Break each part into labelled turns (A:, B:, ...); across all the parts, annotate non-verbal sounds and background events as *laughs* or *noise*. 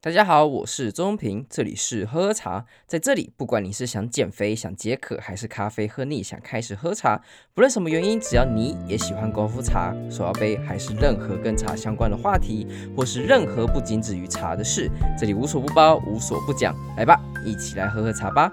A: 大家好，我是钟平，这里是喝喝茶。在这里，不管你是想减肥、想解渴，还是咖啡喝腻想开始喝茶，不论什么原因，只要你也喜欢功夫茶、手摇杯，还是任何跟茶相关的话题，或是任何不仅止于茶的事，这里无所不包，无所不讲。来吧，一起来喝喝茶吧。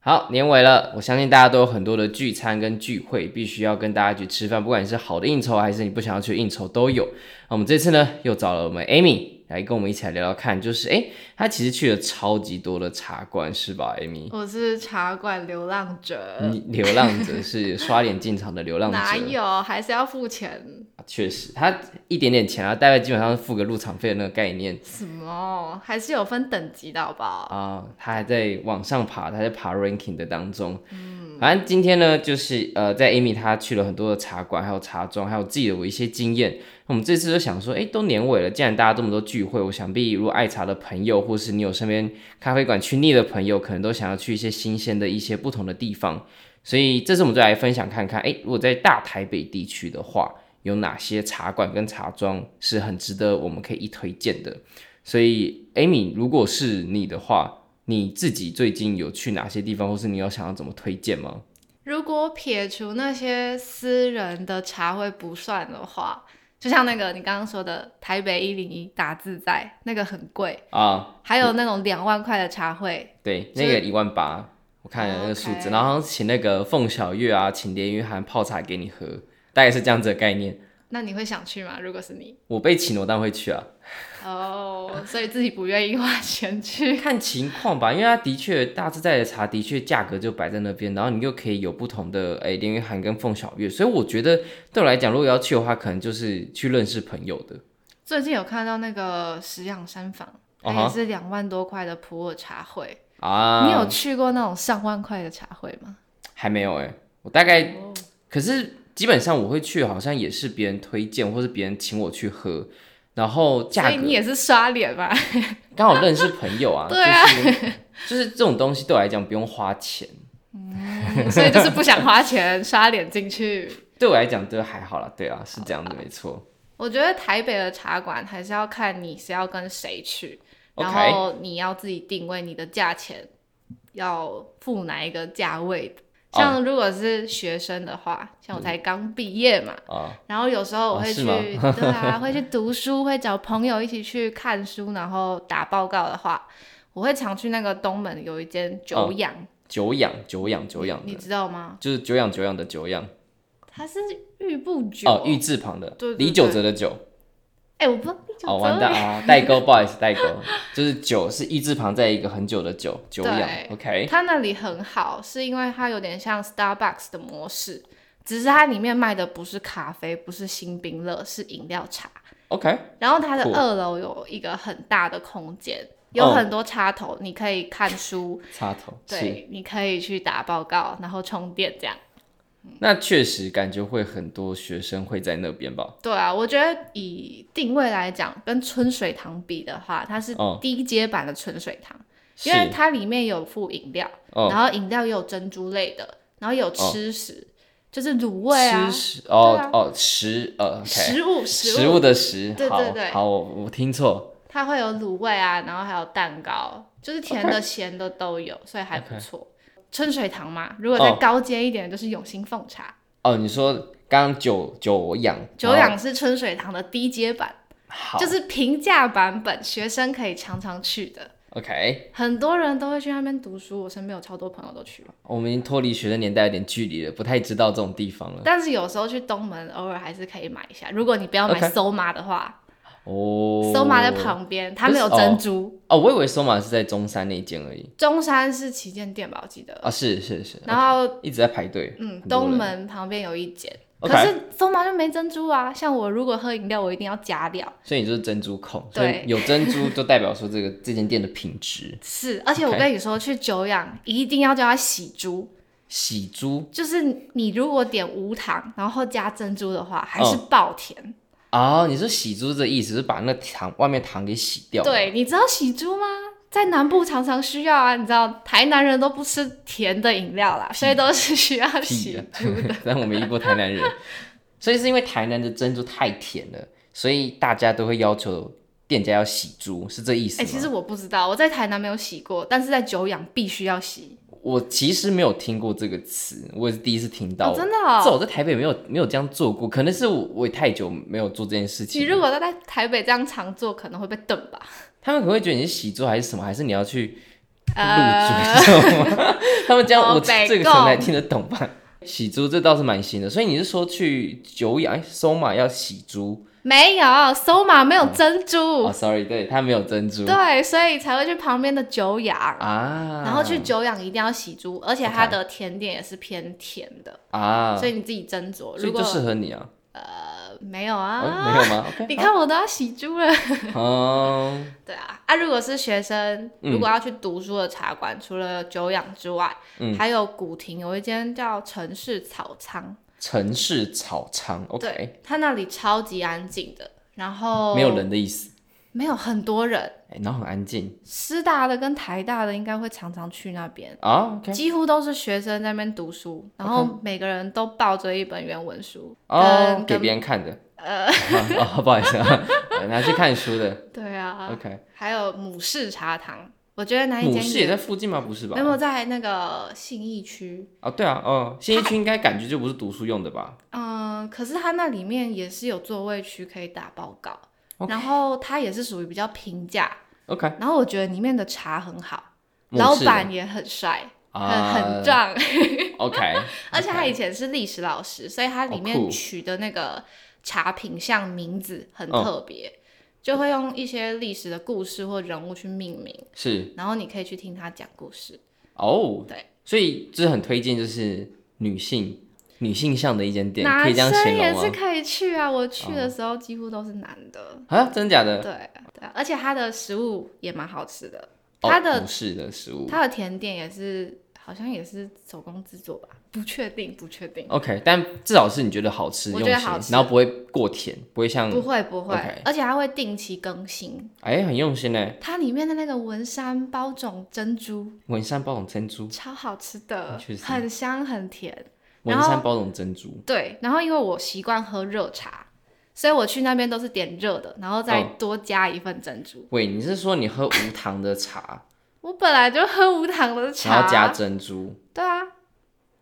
A: 好，年尾了，我相信大家都有很多的聚餐跟聚会，必须要跟大家去吃饭，不管你是好的应酬，还是你不想要去应酬都有。那我们这次呢，又找了我们 Amy 来跟我们一起来聊聊看，就是诶，她其实去了超级多的茶馆，是吧，Amy？
B: 我是茶馆流浪者，
A: 你流浪者是
B: *laughs*
A: 刷脸进场的嗯流浪者，
B: 呃哪有？还是要付钱？
A: 确实，他一点点钱啊，大概基本上是付个入场费的那个概念
B: 什么？还是有分等级的好不好？
A: 啊、他还在往上爬，他在爬 ranking 的当中。嗯，反正今天呢，就是呃，在 Amy 她去了很多的茶馆，还有茶庄，还有自己的我一些经验。那我们这次就想说，诶，都年尾了，既然大家这么多聚会，我想必如果爱茶的朋友，或是你有身边咖啡馆去腻的朋友，可能都想要去一些新鲜的一些不同的地方。所以这次我们就来分享看看，诶，如果在大台北地区的话，有哪些茶馆跟茶庄是很值得我们可以一推荐的。所以，Amy，如果是你的话，你自己最近有去哪些地方，或是你有想要怎么推荐吗？
B: 如果撇除那些私人的茶会不算的话，就像那个你刚刚说的台北一零一打字在那个很贵，
A: 啊，
B: 还有那种两万块的茶会，
A: 对，那
B: 就是
A: 个一万八，我看了那个数字，
B: OK
A: 然后好像请那个凤小月啊，请连云涵泡茶给你喝，大概是这样子的概念。
B: 那你会想去吗？如果是你，
A: 我被请，我当然会去啊，
B: 哦、所以自己不愿意花钱去，
A: 看情况吧，因为它的确大自在的茶的确价格就摆在那边，然后你又可以有不同的哎连云涵跟凤小月，所以我觉得对我来讲，如果要去的话，可能就是去认识朋友的。
B: *laughs* 最近有看到那个石养山房，它
A: 啊
B: 也
A: 哈
B: 是两万多块的普洱茶会，
A: 啊，
B: 你有去过那种上万块的茶会吗？
A: 还没有哎、我大概
B: 哦
A: 可是基本上我会去，好像也是别人推荐或是别人请我去喝，然后价
B: 所以
A: 格
B: 你也是刷
A: *laughs*
B: 脸吧？
A: 刚好认识朋友啊，
B: *laughs* 对啊
A: 就是 *laughs* 就是这种东西对我来讲不用花钱，
B: 所以就是不想花钱刷脸进去。
A: 对我来讲都还好啦，对啊，是这样的，没错。
B: 我觉得台北的茶馆还是要看你是要跟谁去，然
A: OK
B: 后你要自己定位你的价钱，要付哪一个价位。
A: 哦
B: 像如果是学生的话，像我才刚毕业嘛，
A: 嗯啊，
B: 然后有时候我
A: 哦
B: 会
A: 是
B: 去，
A: 吗
B: 对啊，会去读书，会找朋友一起去看书，然后打报告的话，我会常去那个东门有一间久
A: 哦
B: 仰，
A: 久仰久仰久仰
B: 你
A: 的，
B: 知道吗？
A: 就是久仰久仰的久仰
B: 它是玉不久
A: 哦，玉字旁的
B: 啊对，对
A: 李九哲的九
B: 哎、我不知道第九
A: 哦，完蛋啊，代沟， *laughs* 不好意思，代沟，就是九是玉字旁在一个很久的久，久仰
B: 对
A: ，OK，
B: 它那里很好，是因为它有点像 Starbucks 的模式，只是它里面卖的不是咖啡，不是新冰乐，是饮料茶。
A: OK，
B: 然后它
A: 哎
B: 的
A: 酷
B: 二楼有一个很大的空间，
A: 哦
B: 有很多插头，你可以看
A: *laughs*
B: 书，
A: 插头是。
B: 对，你可以去打报告，然后充电这样。
A: 那确实感觉会很多学生会在那边吧？
B: 对啊，我觉得以定位来讲，跟春水堂比的话，它是
A: 哦
B: 低阶版的春水堂，
A: 是
B: 因为它里面有附饮料，
A: 哦
B: 然后饮料也有珍珠类的，然后有吃食，就是卤味啊
A: 吃，食哦、
B: 对啊
A: 哦食呃 OK
B: 食物
A: 食
B: 物，
A: 物的食，
B: 对
A: 好
B: 对对
A: 好我我听错
B: 它会有卤味啊，然后还有蛋糕，就是甜的、咸的都有，所以还不错。春水堂嘛，如果再
A: 哦
B: 高阶一点，就是永兴凤茶，
A: 哦，你说刚刚九九养
B: 九
A: 然后
B: 养是春水堂的低阶版，
A: 好
B: 就是平价版本，学生可以常常去的。
A: OK，
B: 很多人都会去那边读书，我身边有超多朋友都去，
A: 我们已经脱离学生年代有点距离了，不太知道这种地方了
B: 但是有时候去东门，偶尔还是可以买一下。如果你不要买
A: OK
B: 搜马的话，
A: 哦。
B: 搜马在旁边，它没有
A: 可是哦
B: 珍珠。
A: 哦，我以为索马是在中山那间而已
B: 中山是旗舰店吧，我记得。
A: 啊，是是是，
B: 然后，
A: 一直在排队，
B: 嗯，
A: 很多
B: 东
A: 人
B: 门旁边有一间，可
A: OK
B: 是搜马就没珍珠啊。像我如果喝饮料，我一定要加料。
A: 所以你就是珍珠控，所
B: 对
A: 以有珍珠就代表说这个这间店的品
B: *laughs*
A: 质，
B: 是，而且我
A: OK
B: 跟你说，去久仰一定要叫它喜珠，
A: 喜珠
B: 就是你如果点无糖，然后加珍珠的话，还是
A: 嗯
B: 爆甜。
A: 哦，你说洗珠的意思是把那糖外面糖给洗掉？，
B: 对，你知道喜珠吗？在南部常常需要啊，你知道台南人都不吃甜的饮料啦，所以都是需要喜
A: 屁啊呀 *laughs*
B: 珠的。
A: 但我没遇过台南人，所以是因为台南的珍珠太甜了，所以大家都会要求店家要洗猪，是这意思
B: 哎、
A: 吗？
B: 其实我不知道，我在台南没有洗过，但是在久仰必须要洗。
A: 我其实没有听过这个词，我也是第一次听到。
B: 哦真的哦
A: 至少我在台北没有没有这样做过，可能是我我也太久没有做这件事
B: 你
A: 情了。
B: 如果在台北这样常做，可能会被瞪吧。
A: 他们可能会觉得你是洗猪还是什么，还是你要去
B: 呃，
A: 入住，你知道吗？ *laughs* 他们这样，
B: 哦
A: 我
B: 北
A: 这个
B: 贡
A: 才听得懂吧？洗猪这倒是蛮新的，所以你是说去久仰哎收马要洗猪
B: 没有，搜马没有珍珠，
A: 哦、s o r r y 对，它没有珍珠
B: 对，所以才会去旁边的久仰。
A: 啊，
B: 然后去久仰一定要洗猪，而且它的甜点也是偏甜的
A: 啊，
B: 所以你自己斟酌。
A: 所
B: 如
A: 以
B: 果
A: 就适合你啊，
B: 呃没有
A: 啊
B: 啊，
A: 没有吗？OK，
B: 你看我都要洗
A: *laughs*
B: 猪了。
A: 好，嗯，
B: 对啊，啊，如果是学生，
A: 嗯
B: 如果要去读书的茶馆，除了久仰之外，
A: 嗯
B: 还有古亭有一间叫城市草仓，
A: 城市草场，OK，
B: 对，它那里超级安静的，然后
A: 没有，人的意
B: 哦
A: 思，
B: 没有很多人。
A: 哎，然后很安静
B: 师大的跟台大的应该会常常去那边。
A: 啊，OK，
B: 几乎都是学生在那边读书，然后每个人都抱着一本原文书。
A: 哦
B: 跟，
A: 给
B: 跟
A: 别人看的，呃， *laughs* 哦，不好意思啊， *laughs* 拿去看书
B: *laughs*
A: 的
B: 对啊，
A: ，OK，
B: 还有母氏茶堂，我觉得那一
A: 母
B: 间
A: 氏也在附近吗？不是吧
B: 没？有在那个信义区，
A: 哦，对啊，哦，新一区应该感觉就不是读书用的吧？
B: 嗯，可是它那里面也是有座位区可以打报告
A: OK
B: 然后它也是属于比较平价，
A: OK，
B: 然后我觉得里面的茶很好，
A: 母
B: *laughs* 老
A: 制的
B: 板也很帅，
A: 啊
B: 很很壮，
A: OK，
B: 而且他以前是历史老师，所以他里
A: 好
B: 面
A: 酷哦
B: 取的那个茶品像名字很
A: 嗯
B: 特别，就会用一些历史的故事或人物去命 *laughs* 名，
A: 是
B: 然后你可以去听他讲故事。
A: 哦，
B: 对，
A: 所以就是很推荐，就是女性女性向的一间店，可
B: 男
A: 以这样
B: 生
A: 形
B: 也是
A: 容吗？
B: 可以去啊，我去的时候几乎都是男的。
A: 啊，真假的？
B: 对对啊，而且它的食物也蛮好吃的，
A: 哦
B: 它的
A: 不是的食物
B: 它的甜点也是好像也是手工制作吧，不确定，不确定，
A: ，OK，但至少是你觉得好吃，
B: 我
A: 用
B: 觉得
A: 心
B: 好吃
A: 然后不会过甜，不会像
B: 不会不会
A: OK
B: 而且它会定期更新。
A: 哎很用心呢，
B: 它里面的那个文山包种珍珠
A: 文山包种珍珠，
B: 超好吃的
A: 确，实
B: 很香很甜。
A: 文
B: 然后
A: 山包种珍珠，
B: 对，然后因为我习惯喝热茶，所以我去那边都是点热的，然后再
A: 嗯
B: 多加一份珍珠。
A: 喂，你是说你喝无糖的茶，
B: 我本来就喝无糖的
A: 然
B: 茶，
A: 后加珍珠？
B: 对啊，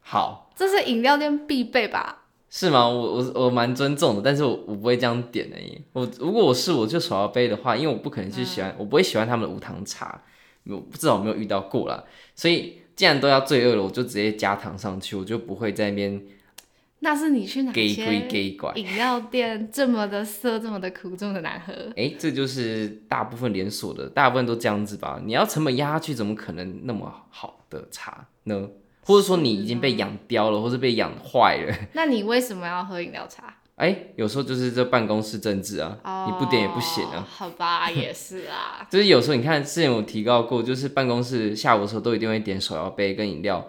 A: 好，
B: 这是饮料店必备吧？
A: 是吗？我我我蛮尊重的，但是我我不会这样点的耶。我如果我是我就手摇杯的话，因为我不可能去喜欢，我不会喜欢他们的无糖茶，我至少没有遇到过啦。所以既然都要罪恶了，我就直接加糖上去，我就不会在那边
B: 那是你去哪
A: 给归
B: 些
A: 给拐。
B: 饮料店这么的涩、这么的苦、这么的难喝？ *laughs*
A: 哎、这就是大部分连锁的，大部分都这样子吧。你要成本压下去，怎么可能那么好的茶呢？或者说你已经被养刁了，或是被养坏了。
B: 那你为什么要喝饮料茶？
A: 哎、有时候就是这办公室政治啊，
B: 哦，
A: 你不点也不行啊。。
B: 好吧，也是啊
A: 就是有时候你看，之前我提到过，就是办公室下午的时候都一定会点手摇杯跟饮料，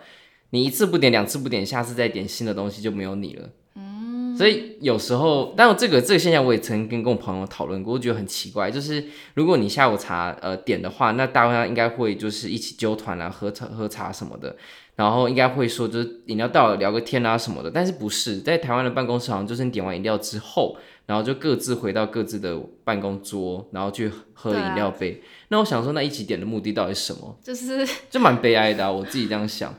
A: 你一次不点，两次不点，下次再点新的东西就没有你了。嗯，所以有时候，但我这个这个现象我也曾经跟我朋友讨论过，我觉得很奇怪，就是如果你下午茶呃点的话，那大家应该会就是一起揪团啊，喝茶喝茶什么的，然后应该会说就是饮料到了聊个天啊什么的，但是不是在台湾的办公室好像就是你点完饮料之后，然后就各自回到各自的办公桌，然后去喝
B: 对啊
A: 饮料杯。那我想说，那一起点的目的到底是什么？
B: 就是
A: 就蛮悲哀的啊，我自己这样想。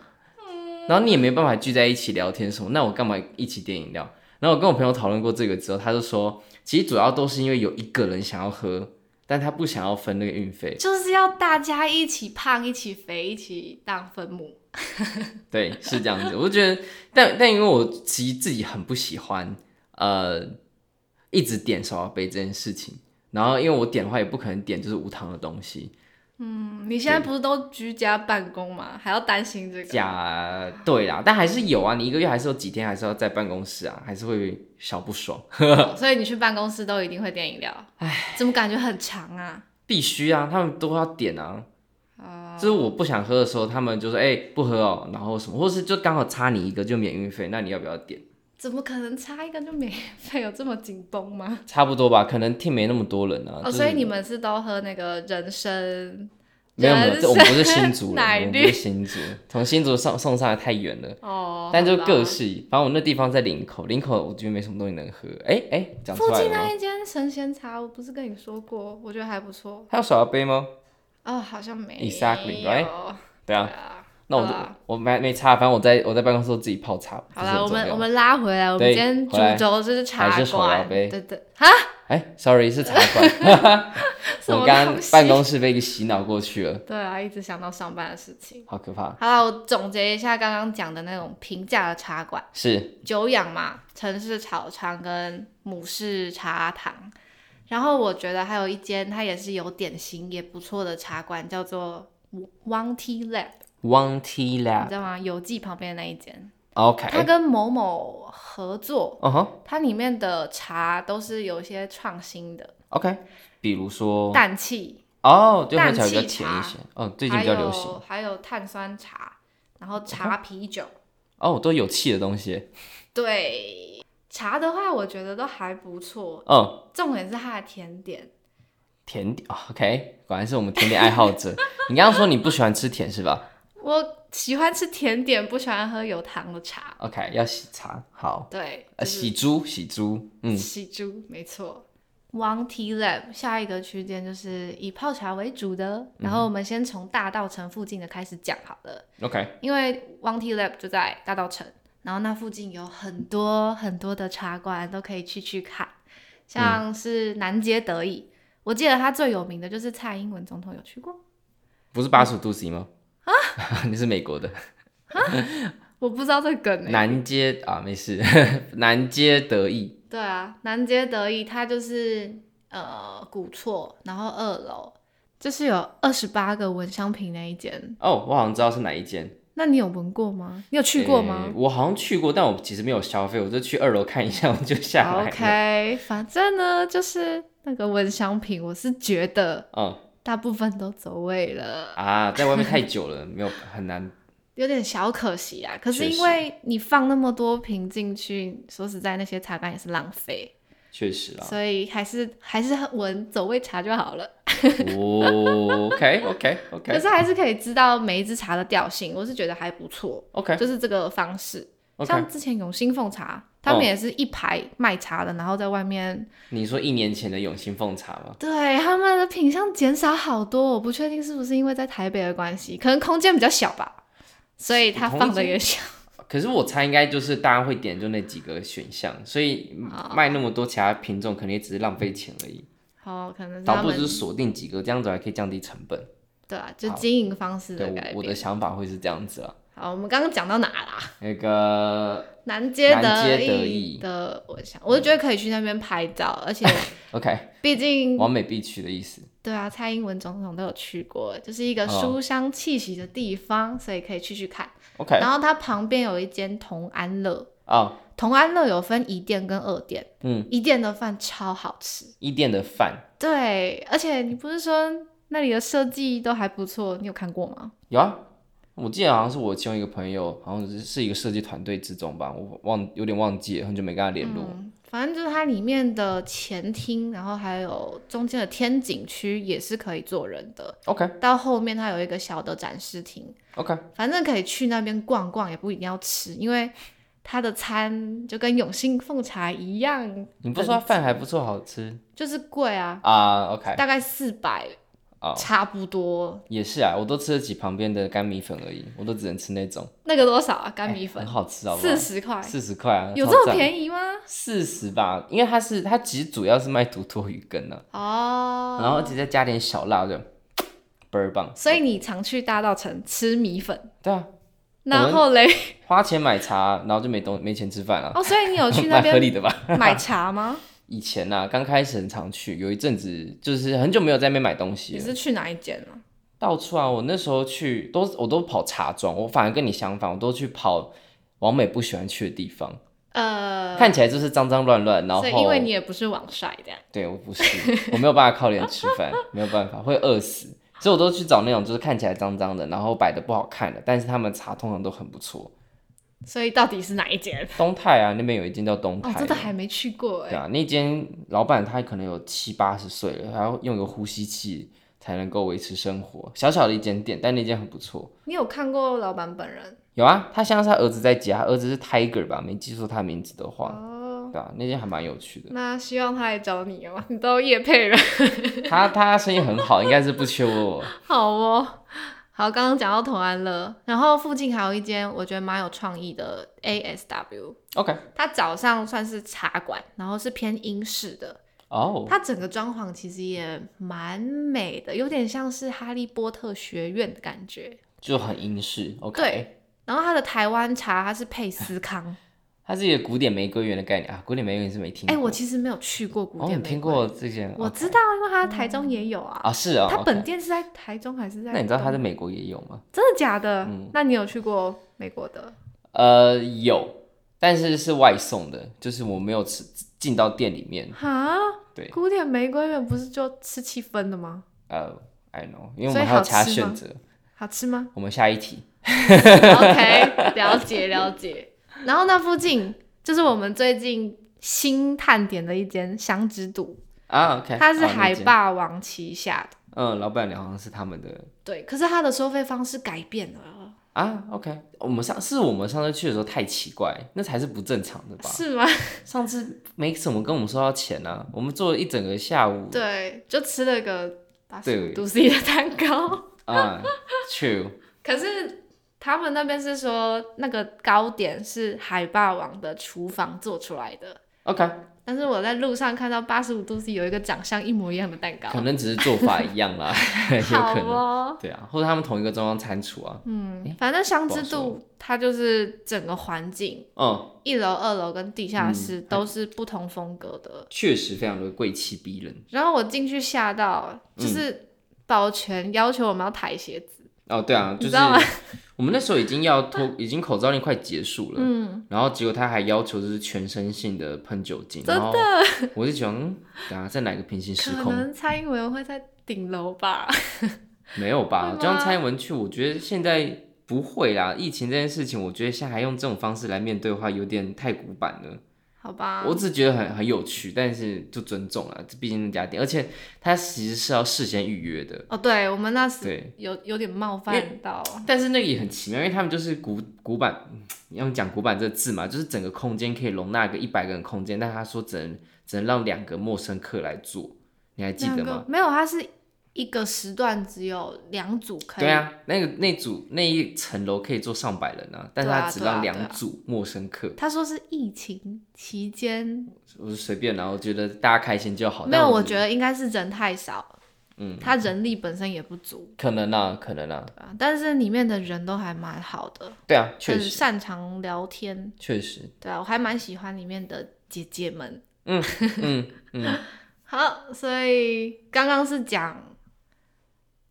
A: 然后你也没办法聚在一起聊天什么，那我干嘛一起点饮料？然后我跟我朋友讨论过这个之后，他就说，其实主要都是因为有一个人想要喝，但他不想要分那个运费。
B: 就是要大家一起胖、一起肥、一起当分母。
A: 对，是这样子。我就觉得，但 *laughs* 但因为我其实自己很不喜欢，呃，一直点手摇杯这件事情。然后因为我点的话，也不可能点就是无糖的东西。
B: 嗯，你现在不是都居家办公吗？还要担心这个？
A: 假对啦，但还是有啊，你一个月还是有几天还是要在办公室啊，还是会小不爽，
B: 哦所以你去办公室都一定会点饮料？哎，怎么感觉很长啊？哦
A: 必须啊，他们都要点啊。就是我不想喝的时候，他们就说：“哎、不喝哦。”然后什么，或是就刚好差你一个就免运费，那你要不要点？
B: 怎么可能差一个就免费？有这么紧绷吗？
A: 差不多吧，可能 team 没那么多人啊。
B: 哦，
A: 就是
B: 所以你们是都喝那个人参
A: 没有没有，
B: 真
A: 这我们不是新
B: 是
A: *laughs* 竹人，
B: 奶
A: 我们不
B: 绿
A: 是新竹，从新竹送送上来太远了。*laughs*
B: 哦，
A: 但就
B: 好吧
A: 各系，反正我那地方在林口，林口我觉得没什么东西能喝。哎、哎，讲、出
B: 附
A: 来
B: 近
A: 了吗
B: 那？一间神仙茶，我不是跟你说过，我觉得还不错。
A: 还有手摇杯吗？
B: 哦，好像没有。
A: Exactly, right? 对
B: 对
A: 啊，
B: 啊，
A: 那我
B: 好
A: 就
B: 啦
A: 我没没差，反正我在我在办公室自己泡茶。这
B: 好
A: 是
B: 啦，
A: 很
B: 我们
A: 重要
B: 我们拉回来，我们
A: 对
B: 今天主
A: 回来
B: 轴就是茶
A: 还是手摇
B: 馆，
A: 杯
B: 对对 *laughs* 哈，
A: 哎、s o r r y 是茶馆，
B: 什
A: 我
B: 么
A: 们刚
B: 东
A: 刚
B: 西
A: 办公室被给洗脑过去了，
B: *laughs* 对啊，一直想到上班的事情。
A: 好可怕。
B: 好了，我总结一下刚刚讲的那种平价的茶馆，
A: 是
B: 久仰嘛，城市草场跟母氏茶堂。然后我觉得还有一间，它也是有点心也不错的茶馆，叫做 One Tea Lab，
A: One Tea
B: 你
A: Lab，OK，、
B: 知道吗？有记旁边的那一间，它
A: OK
B: 跟某某合作，
A: 嗯哼
B: 它里面的茶都是有一些创新的，
A: ，OK，比如说
B: 氮气，
A: 哦，就喝起来比较
B: 氮气
A: 甜
B: 茶
A: 一些，嗯，最近
B: 还
A: 比较流行
B: 有还有碳酸茶，然后茶啤酒。
A: 哦，都有气的东西，
B: 对，茶的话我觉得都还不错，
A: 嗯，
B: 重点是它的甜点。
A: 甜点、哦、，OK，果然是我们甜点爱好
B: *laughs*
A: 者。你刚刚说你不喜欢吃甜是吧
B: 我喜欢吃甜点，不喜欢喝有糖的茶。
A: ？OK，要洗茶，好，
B: 对，
A: 呃，
B: 就是
A: 洗猪，洗猪，嗯，
B: 喜猪，没错。One Tea Lab 下一个区间就是以泡茶为主
A: 嗯
B: 的，然后我们先从大道城附近的开始讲好了，
A: OK，
B: 因为 One Tea Lab 就在大道城，然后那附近有很多很多的茶馆都可以去去看，
A: 嗯
B: 像是南街得意，我记得它最有名的就是蔡英文总统有去过，
A: 不
B: 嗯
A: 是八十五度 C 吗？啊， *laughs* 你是美国的
B: 我不知道这梗欸
A: 南街啊，没事， *laughs* 南街得意，
B: 对啊，南街得意，它就是呃古厝，然后二楼就是有二十八个蚊香瓶那一间，
A: 哦，我好像知道是哪一间，
B: 那你有闻过吗？你有去过
A: 诶
B: 吗、
A: 呃我好像去过，但我其实没有消费，我就去二楼看一下，我就下来了。
B: o k 反正呢就是那个蚊香瓶，我是觉得
A: 嗯
B: 大部分都走位了，
A: 啊，在外面太久了，没有很难。
B: 有点小可惜啊。可是
A: 确实
B: 因为你放那么多瓶进去，说实在那些茶杆也是浪费，
A: 确实
B: *laughs*
A: 啦，
B: 所以还是还是闻走位茶就好了。
A: 哦，OK OK
B: 可
A: OK
B: 是还是可以知道每一支茶的调性，我是觉得还不错，
A: OK
B: 就是这个方式。
A: OK，哦
B: 像之前永兴凤茶，他们也是一排卖茶的，然后在外面，
A: 你说一年前的永兴凤茶吗？
B: 对他们的品相减少好多，我不确定是不是因为在台北的关系，可能空间比较小吧，所以他放的也小。
A: 可是我猜应该就是大家会点就那几个选项，所以卖那么多其他品种，肯定只是浪费钱而已。
B: 好，哦可能是
A: 倒
B: 他
A: 不如就
B: 们
A: 是锁定几个，这样子还可以降低成本。
B: 对啊，就经营方式的
A: 对，
B: 改
A: 我我的
B: 变。
A: 想法会是这样子啦。
B: 好，我们刚刚讲到哪啦？
A: 那个
B: 南街
A: 南街
B: 得
A: 得
B: 意
A: 意
B: 的，我想，我就觉得可以去那边拍照，
A: *laughs*
B: 而且
A: OK，
B: 毕竟
A: 完美必去的意思。
B: 对啊，蔡英文总统都有去过，就是一个书香气息的地方，所以可以去去看。
A: OK
B: 然后它旁边有一间同安乐，
A: 啊、
B: 同安乐有分一店跟二店，
A: 嗯，
B: 一店的饭超好吃。
A: 一店的饭
B: 对，而且你不是说那里的设计都还不错，你有看过吗？
A: 有啊，我记得好像是我其中一个朋友，好像是是一个设计团队之中吧，我忘有点忘记了，很久没跟他联络。
B: 嗯，反正就是它里面的前厅，然后还有中间的天井区也是可以坐人的，
A: OK
B: 到后面它有一个小的展示厅。
A: OK，
B: 反正可以去那边逛逛，也不一定要吃，因为它的餐就跟永兴凤茶一样，
A: 你不是说他饭还不错，好吃
B: 就是贵啊，
A: 啊？OK
B: 大概四百、
A: 哦
B: 差不多。
A: 也是啊，我都吃得起旁边的干米粉而已，我都只能吃那种
B: 那个多少啊？干米
A: 哎
B: 粉
A: 很好吃，好不好
B: 四？十块，
A: 四十块啊，
B: 有这么
A: 宜？
B: 便宜吗？
A: 四十吧，因为它是它其实主要是卖土托鱼羹呢、
B: 哦，
A: 然后直接加点小辣就倍儿棒。
B: 所以你常去大道城吃米粉，
A: 对啊，们
B: 然后嘞，
A: 花钱买茶，然后就没东没钱吃饭了、
B: 哦，所以你有去那
A: 蛮合理
B: 边
A: 的吧？
B: 买茶吗？
A: 以前呐、啊，刚开始很常去，有一阵子就是很久没有在那边买东西
B: 你
A: 了，
B: 是去哪一间呢？
A: 到处啊。我那时候去都我都跑茶庄，我反而跟你相反，我都去跑王美不喜欢去的地方，
B: 呃，
A: 看起来就是脏脏乱乱，然后
B: 所以因为你也不是网帅这样，
A: 对我不是，我没有办法靠脸吃饭，没有办法会饿死，所以我都去找那种就是看起来脏脏的，然后摆的不好看的，但是他们茶通常都很不错。
B: 所以到底是哪一 *laughs* 间？
A: 东泰啊，那边有一间叫东
B: 哦
A: 泰，的。
B: 真的还没去过哎
A: 对。啊，那间老板他可能有七八十岁了，还要用一个呼吸器才能够维持生活。小小的一间店，但那间很不错。
B: 你有看过老板本人？
A: 有啊，他像是他儿子在家，儿子是 Tiger 吧，没记错他名字的话，
B: 哦，
A: 对啊，那间还蛮有趣的。
B: 那希望他来找你哦， *laughs* 你都叶配了，
A: 他他生意很好，应该是不缺我。 *laughs*
B: 好哦。好，刚刚讲到同安乐，然后附近还有一间我觉得蛮有创意的 ASW，
A: OK，
B: 它早上算是茶馆，然后是偏英式的，
A: 哦、
B: 它整个装潢其实也蛮美的，有点像是哈利波特学院的感觉。
A: 就很英式。OK，
B: 对，然后它的台湾茶它是配司康，
A: 它是一个古典玫瑰园的概念啊，古典玫瑰园是没听
B: 哎、
A: 过。
B: 我其实没有去过古
A: 哦，
B: 典、
A: 你听过，这间？
B: 我
A: OK
B: 知道，因为它台中也有啊。
A: 啊，是啊、哦，
B: 它本
A: OK
B: 店是在台中还是在？
A: 那你知道它在？美国也有吗？
B: 真的假的？
A: 嗯
B: 那你有去过美国的？
A: 呃，有，但是是外送的，就是我没有吃进到店里面。
B: 哈，
A: 嗯对
B: 古典玫瑰园不是就吃七分的吗？
A: 呃，I don't know，因为我
B: 所以
A: 们还有
B: 好
A: 其他
B: 吃
A: 选
B: 吗
A: 择。
B: 好吃吗？
A: *laughs* 我们下一题。
B: OK，了解了解。然后那附近就是我们最近新探点的一间香之渡，
A: 啊，OK，
B: 它是
A: 好
B: 海
A: 理解
B: 霸王旗下的，
A: 嗯，老板娘好像是他们的
B: 对。可是它的收费方式改变了，
A: 啊，OK，我们上是我们上次去的时候太奇怪，那才是不正常的吧？
B: 是吗？
A: 上次没怎么跟我们收到钱啊，我们做了一整个下午，
B: 对，就吃了个八十
A: 对
B: 五度 C 的蛋糕， *laughs*
A: 啊，True，
B: 可是。他们那边是说那个糕点是海霸王的厨房做出来的，
A: OK，
B: 但是我在路上看到八十五度 C 有一个长相一模一样的蛋糕，
A: 可能只是做法一样
B: *laughs*
A: 啦，有
B: 好
A: 可能，
B: 哦，
A: 对啊，或者他们同一个中央餐厨啊，
B: 嗯，反正香之
A: 不好
B: 渡它就是整个环境，
A: 嗯，
B: 一楼、二楼跟地下室
A: 嗯
B: 都是不同风格的。
A: 确实非常的贵气逼人。
B: 然后我进去吓到，
A: 嗯
B: 就是保全要求我们要抬鞋子，
A: 哦，对啊，
B: 你
A: 就是
B: 知道吗
A: *laughs* 我们那时候已经要
B: *laughs*
A: 脱，已经口罩令快结束了，
B: 嗯，
A: 然后结果他还要求就是全身性的喷酒精，
B: 真
A: 然后
B: 的，
A: 我就想，嗯等下在哪个平行时
B: 可
A: 空？
B: 能蔡英文会在顶楼吧？
A: 没有吧
B: 会？吗
A: 就让蔡英文去，我觉得现在不会啦。疫情这件事情，我觉得现在还用这种方式来面对的话，有点太古板了。
B: 好吧
A: 我，只是觉得很很有趣，但是就尊重啦，这毕竟那家店，而且它其实是要事先预约的，
B: 哦，对我们那时
A: 对。
B: 有有点冒
A: 因
B: 犯到，
A: 但是那个也很奇妙，因为他们就是古古板，嗯要么讲古板这个字嘛，就是整个空间可以容纳个一百个人空间，但他说只能只能让两个陌生客来做，你还记
B: 两
A: 得
B: 个
A: 吗？
B: 没有，它是一个时段只有两组可以，
A: 对啊，那个那组那一层楼可以坐上百人啊，但是
B: 对啊
A: 他只
B: 对啊
A: 让
B: 对啊
A: 两组陌生客，
B: 他说是疫情期间
A: 我就随便啦，我觉得大家开心就好。
B: 没有，
A: 但
B: 我觉得应该是人太少，
A: 嗯，
B: 他人力本身也不足，
A: 可能啊，可能啊，
B: 对吧？但是里面的人都还蛮好的，
A: 对啊，确
B: 很
A: 实
B: 擅长聊天，
A: 确实，
B: 对啊，我还蛮喜欢里面的姐姐们。
A: 嗯嗯，
B: *laughs* 好，所以刚刚是讲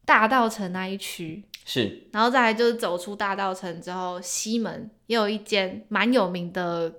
B: 大道城那一区，
A: 是
B: 然后再来就是走出大道城之后，西门也有一间蛮有名的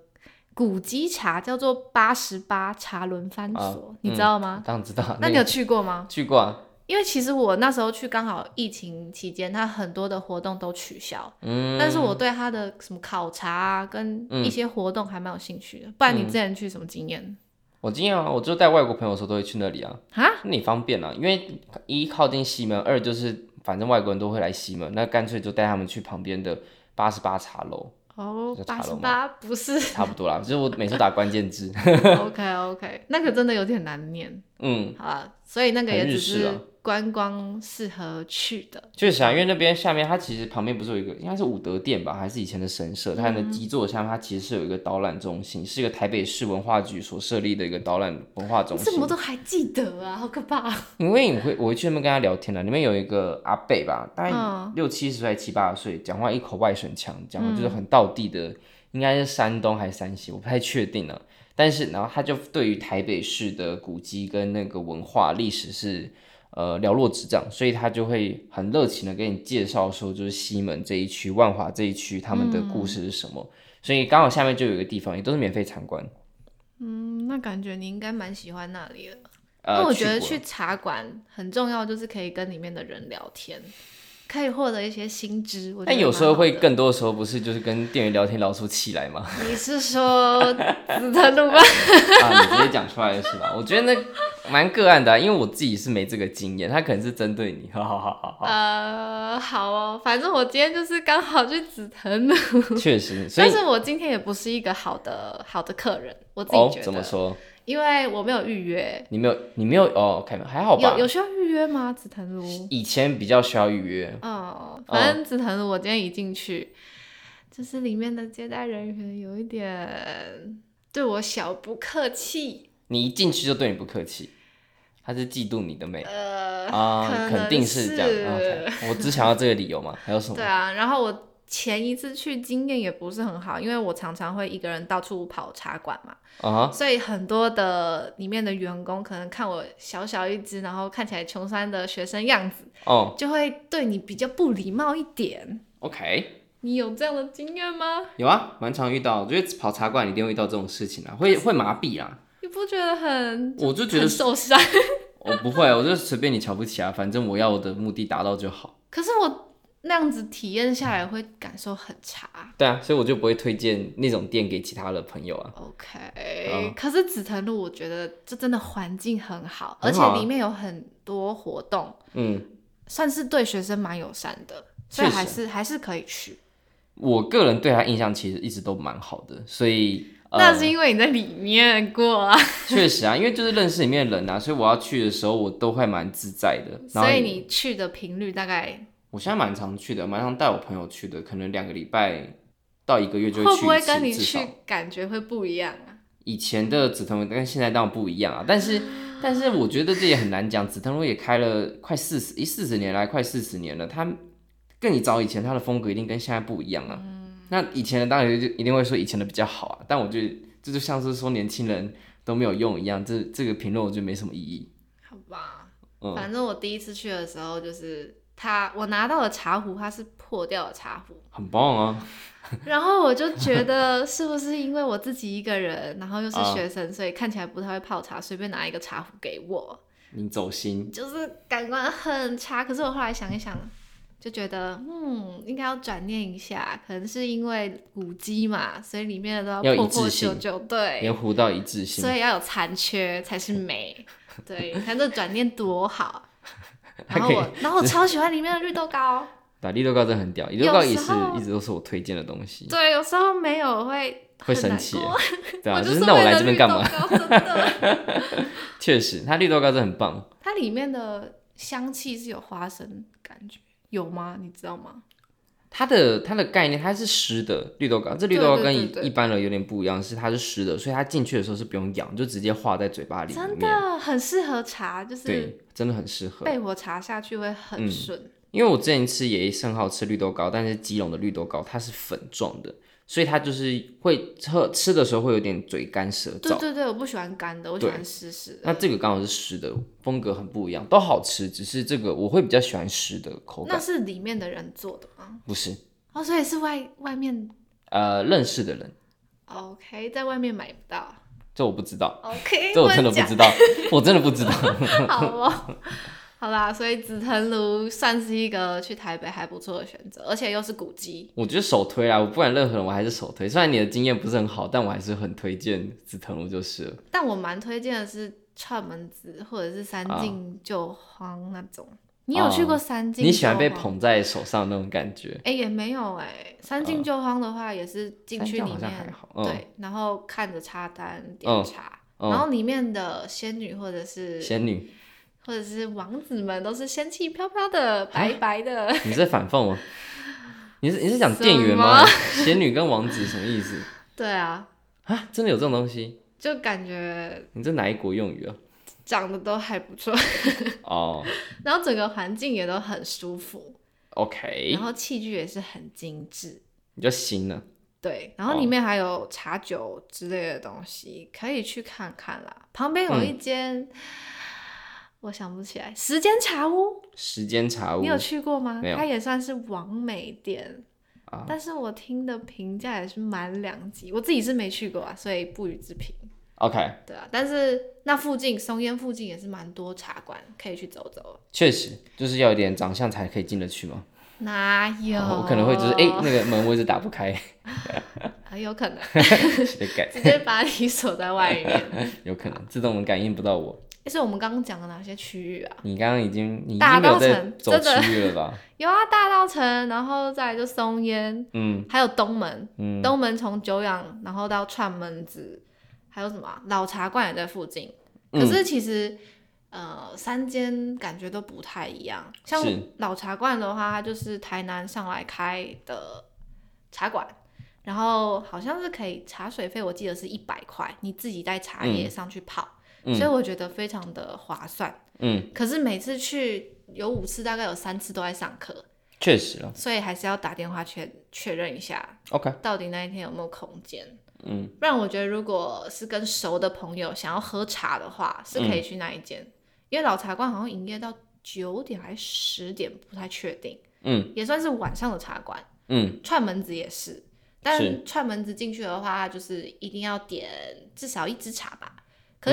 B: 古鸡茶，叫做八十八茶轮番所，
A: 啊嗯
B: 你知道吗？
A: 当然知道。
B: 那你
A: 个
B: 有去过吗？
A: 去过啊？
B: 因为其实我那时候去刚好疫情期间，它很多的活动都取消，
A: 嗯，
B: 但是我对它的什么考察啊，跟一些活动还蛮有兴
A: 嗯
B: 趣的。不然你之前去什么经验、
A: 我今天啊，我就带外国朋友的时候都会去那里啊，
B: 啊？
A: 那你方便啊，因为一靠近西门，二就是反正外国人都会来西门，那干脆就带他们去旁边的八十八茶楼，
B: 哦
A: 这，查
B: 八
A: 了
B: 十
A: 吗
B: 八
A: *laughs*
B: 不是
A: 差不多啦。就是我每次打关键字， *laughs*
B: ？OK OK，那个真的有点难念。
A: 嗯，
B: 好了，所以那个也
A: 很日
B: 只
A: 式啊
B: 是观光适合去的。
A: 确实啊，因为那边下面它其实旁边不是有一个应该是武德殿吧，还是以前的神社，它的基座下面它其实是有一个导览中心，是一个台北市文化局所设立的一个导览文化中
B: 你
A: 心
B: 哦怎。么都还记得啊？好可
A: *laughs*
B: 怕！
A: 因为你会我会去那边跟他聊天啊了，里面有一个阿贝吧，大概
B: 嗯
A: 六七十岁、七八十岁，讲话一口外省腔，讲话
B: 嗯
A: 就是很道地的，应该是山东还是山西，我不太确定了。但是然后他就对于台北市的古迹跟那个文化历史是呃了若指掌，所以他就会很热情的给你介绍说，就是西门这一区、万华这一区他们的故事是什么。所以刚好下面就有一个地方，也都是免费参观。
B: 嗯，那感觉你应该蛮喜欢那里的。
A: 呃，
B: 那我觉得
A: 过了
B: 去茶馆很重要，就是可以跟里面的人聊天，可以获得一些新知。我觉得
A: 但有时候
B: 蛮好
A: 会
B: 的
A: 更多的时候，不是就是跟店员聊天聊出气来吗？
B: 你是说紫藤路吗？
A: *laughs* 啊，你直接讲出来是吧？我觉得那蛮个案的啊、因为我自己是没这个经验，他可能是针对你，好好好好好，
B: 呃，好哦，反正我今天就是刚好去紫藤路，
A: 确实，所以
B: 但是我今天也不是一个好的好的客人，我自己
A: 哦
B: 觉得。
A: 怎么？说？
B: 因为我没有预约。
A: 你没有你没有哦，看还好吧
B: 有？有需要预约吗？紫藤路？
A: 以前比较需要预约，
B: 哦，反正紫藤路我今天一进去，就是里面的接待人员有一点对我小不客气，
A: 你一进去就对你不客气，他是嫉妒你的美
B: 呃，
A: 啊，
B: 可
A: 肯
B: 能
A: 定是这样。
B: 是
A: OK，我只想要这个理由嘛，还有什么
B: 对？啊，然后我前一次去经验也不是很好，因为我常常会一个人到处跑茶馆嘛，
A: 啊哈，
B: 所以很多的里面的员工可能看我小小一只，然后看起来穷酸的学生样子，
A: 哦
B: 就会对你比较不礼貌一点。
A: ，OK，
B: 你有这样的经验吗？
A: 有啊，蛮常遇到，我觉得跑茶馆一定会遇到这种事情啊，会会麻痹啊。
B: 你不觉得很
A: 我就觉得
B: 很受伤？
A: 我哦不会，我就随便你瞧不起啊，反正我要我的目的达到就好。
B: 可是我那样子体验下来会感受很差。
A: 对啊，所以我就不会推荐那种店给其他的朋友啊。
B: OK，、
A: 哦
B: 可是紫藤路我觉得这真的环境很好，而
A: 很
B: 且
A: 好啊
B: 里面有很多活动，
A: 嗯，
B: 算是对学生蛮友善的，所以
A: 确实
B: 还是还是可以去。
A: 我个人对他印象其实一直都蛮好的，所以、呃、
B: 那是因为你在里面过啊，
A: *laughs* 确实啊，因为就是认识里面的人啊，所以我要去的时候我都会蛮自在的。 *laughs* 然后
B: 所以你去的频率大概
A: 我现在蛮常去的，蛮常带我朋友去的，可能两个礼拜到一个月就
B: 会
A: 去
B: 不
A: 一
B: 会
A: 次
B: 跟你
A: 至
B: 去
A: 少
B: 感觉会不一样啊？
A: 以前的紫藤路跟现在当然不一样啊，但是但是我觉得这也很难讲。紫藤路也开了快四十一四十年来，快四十年了，它更你早以前它的风格一定跟现在不一样啊。
B: 嗯
A: 那以前的当然就一定会说以前的比较好啊，但我觉得这就像是说年轻人都没有用一样，这这个评论我觉得没什么意义。
B: 好吧，
A: 嗯，
B: 反正我第一次去的时候就是它，我拿到的茶壶它是破掉的茶壶，
A: 很棒啊，
B: 然后我就觉得是不是因为我自己一个人，然后又是
A: 啊
B: 学生，所以看起来不太会泡茶，随便拿一个茶壶给我，
A: 你走心
B: 就是感官很差。可是我后来想一想，就觉得嗯，应该要转念一下，可能是因为古迹嘛，所以里面的都
A: 要
B: 要
A: 一
B: 破破
A: 致性
B: 旧旧，
A: 连
B: 对，
A: 糊到一致性
B: 所，以要有残缺才是
A: *laughs*
B: 美。对，你看这转念多好。然后我，然后我超喜欢里面的绿豆糕。
A: 对，绿豆糕真的很屌，绿豆糕也
B: 有
A: 是
B: 时候
A: 一直都是我推荐的东西，
B: 对，有时候没有会
A: 会
B: 很
A: 生
B: 难
A: 气
B: 过
A: 耶对啊，
B: *laughs* 我
A: 就
B: 就是是
A: 那我
B: 为
A: 来
B: 了
A: 这边
B: 绿
A: 干
B: 豆
A: 嘛？
B: 糕
A: *laughs*
B: 真的，
A: 确实，它绿豆糕真的很棒。
B: 它里面的香气是有花生感觉，有吗？你知道吗？
A: 它的它的概念它是湿的绿豆糕，这绿豆糕
B: 对对
A: 跟
B: 对
A: 一
B: 对
A: 一般人有点不一样，是它是湿的，所以它进去的时候是不用咬，就直接化在嘴巴里面。
B: 真的很适合茶，就是
A: 对，真的很适合。
B: 焙火茶下去会很顺。
A: 因为我之前吃也是很好吃绿豆糕，但是基隆的绿豆糕它是粉状的，所以它就是会喝吃的时候会有点嘴干舌
B: 对
A: 燥。
B: 对对，我不喜欢干的，我喜
A: 对
B: 欢湿湿的。
A: 那这个刚好是湿的，风格很不一样，都好吃，只是这个我会比较喜欢湿的口
B: 那
A: 感，
B: 是里面的人做的吗？
A: 不是
B: 哦，所以是外外面
A: 呃认识的人，
B: OK，在外面买不到。
A: 这我不知道，
B: OK，
A: *laughs* 这我真的不
B: 能
A: 知道，我真的不知道。
B: 讲好哦。好啦，所以紫藤庐算是一个去台北还不错的选择，而且又是古迹，
A: 我觉得首推啊，我不管任何人，我还是首推。虽然你的经验不是很好，但我还是很推荐紫藤庐就是了。
B: 但我蛮推荐的是串门子或者是三
A: 啊
B: 进旧荒那种。你有去过三进、
A: 哦你喜欢被？捧在手上那种感觉，
B: 哎、也没有哎、三进旧荒的话也是进去里
A: 嗯三进好像还
B: 面
A: 好，嗯
B: 对，然后看着插单
A: 嗯
B: 点茶，
A: 嗯
B: 然后里面的仙女或者是
A: 仙女，
B: 或者是王子们都是仙气飘飘的、
A: 哎
B: 白白的。 *laughs*
A: 你在反讽我？你是你是讲
B: 什
A: 店员
B: 么
A: 吗？ *laughs* 仙女跟王子什么意思
B: 对啊，
A: 啊？真的有这种东西？
B: 就感觉
A: 你这哪一国用语啊？
B: 长得都还不错， *laughs*
A: 哦、
B: 然后整个环境也都很舒服，
A: o k
B: 然后器具也是很精致。
A: 你就行了。
B: 对，然
A: 哦
B: 后里面还有茶酒之类的东西，可以去看看啦。旁边有一
A: 嗯
B: 间，我想不起来，时间茶屋，
A: 时间茶屋
B: 你有去过吗
A: 没？有
B: 它也算是王美店，
A: 啊，
B: 但是我听的评价也是蛮两极，我自己是没去过啊，所以不予置评。
A: ，OK，
B: 对啊，但是那附近松烟附近也是蛮多茶馆，可以去走走。
A: 确实就是要有点长相才可以进得去嘛。
B: 哪有？
A: 我可能会就是哎、诶那个门我一直打不开， *laughs*
B: 很啊有可能
A: 得改，
B: 直接把你锁在外面。
A: *laughs* 有可能自动门感应不到我。
B: 哎、但是我们刚刚讲的哪些区域啊？
A: 你刚刚已经你已
B: 大
A: 经没有
B: 稻
A: 在
B: 城
A: 走
B: 真的
A: 区域了吧？
B: 有啊，大稻城，然后再来就松烟，
A: 嗯
B: 还有东门，
A: 嗯，
B: 东门从久仰，然后到串门子，还有什么啊、老茶馆也在附近。可
A: 嗯
B: 是其实，呃，三间感觉都不太一样。像
A: 是
B: 老茶馆的话，它就是台南上来开的茶馆，然后好像是可以茶水费，我记得是一百块，你自己带茶叶
A: 嗯
B: 上去泡，所以
A: 嗯
B: 我觉得非常的划算。
A: 嗯，
B: 可是每次去有五次，大概有三次都在上课，
A: 确实了
B: 所以还是要打电话确确认一下，
A: ，OK，
B: 到底那一天有没有空间。
A: 嗯
B: 不然我觉得，如果是跟熟的朋友想要喝茶的话，是可以去那一间，因为老茶馆好像营业到九点还是十点，不太确定，
A: 嗯
B: 也算是晚上的茶馆。
A: 嗯
B: 串门子也是，
A: 是
B: 但串门子进去的话，就是一定要点至少一支茶吧。可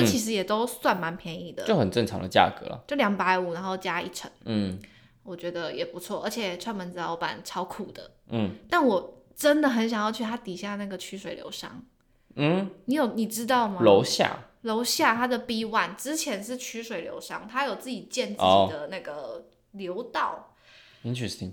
A: 嗯
B: 是其实也都算蛮便宜的，
A: 就很正常的价格了，
B: 就两百五，然后加一成，
A: 嗯
B: 我觉得也不错。而且串门子老板超酷的，
A: 嗯
B: 但我真的很想要去他底下那个曲水流觞。
A: 嗯，
B: 你有你知道吗？
A: 楼下
B: 楼下它的 B One 之前是曲水流觞，它有自己建自
A: 哦
B: 己的那个流道、
A: Interesting。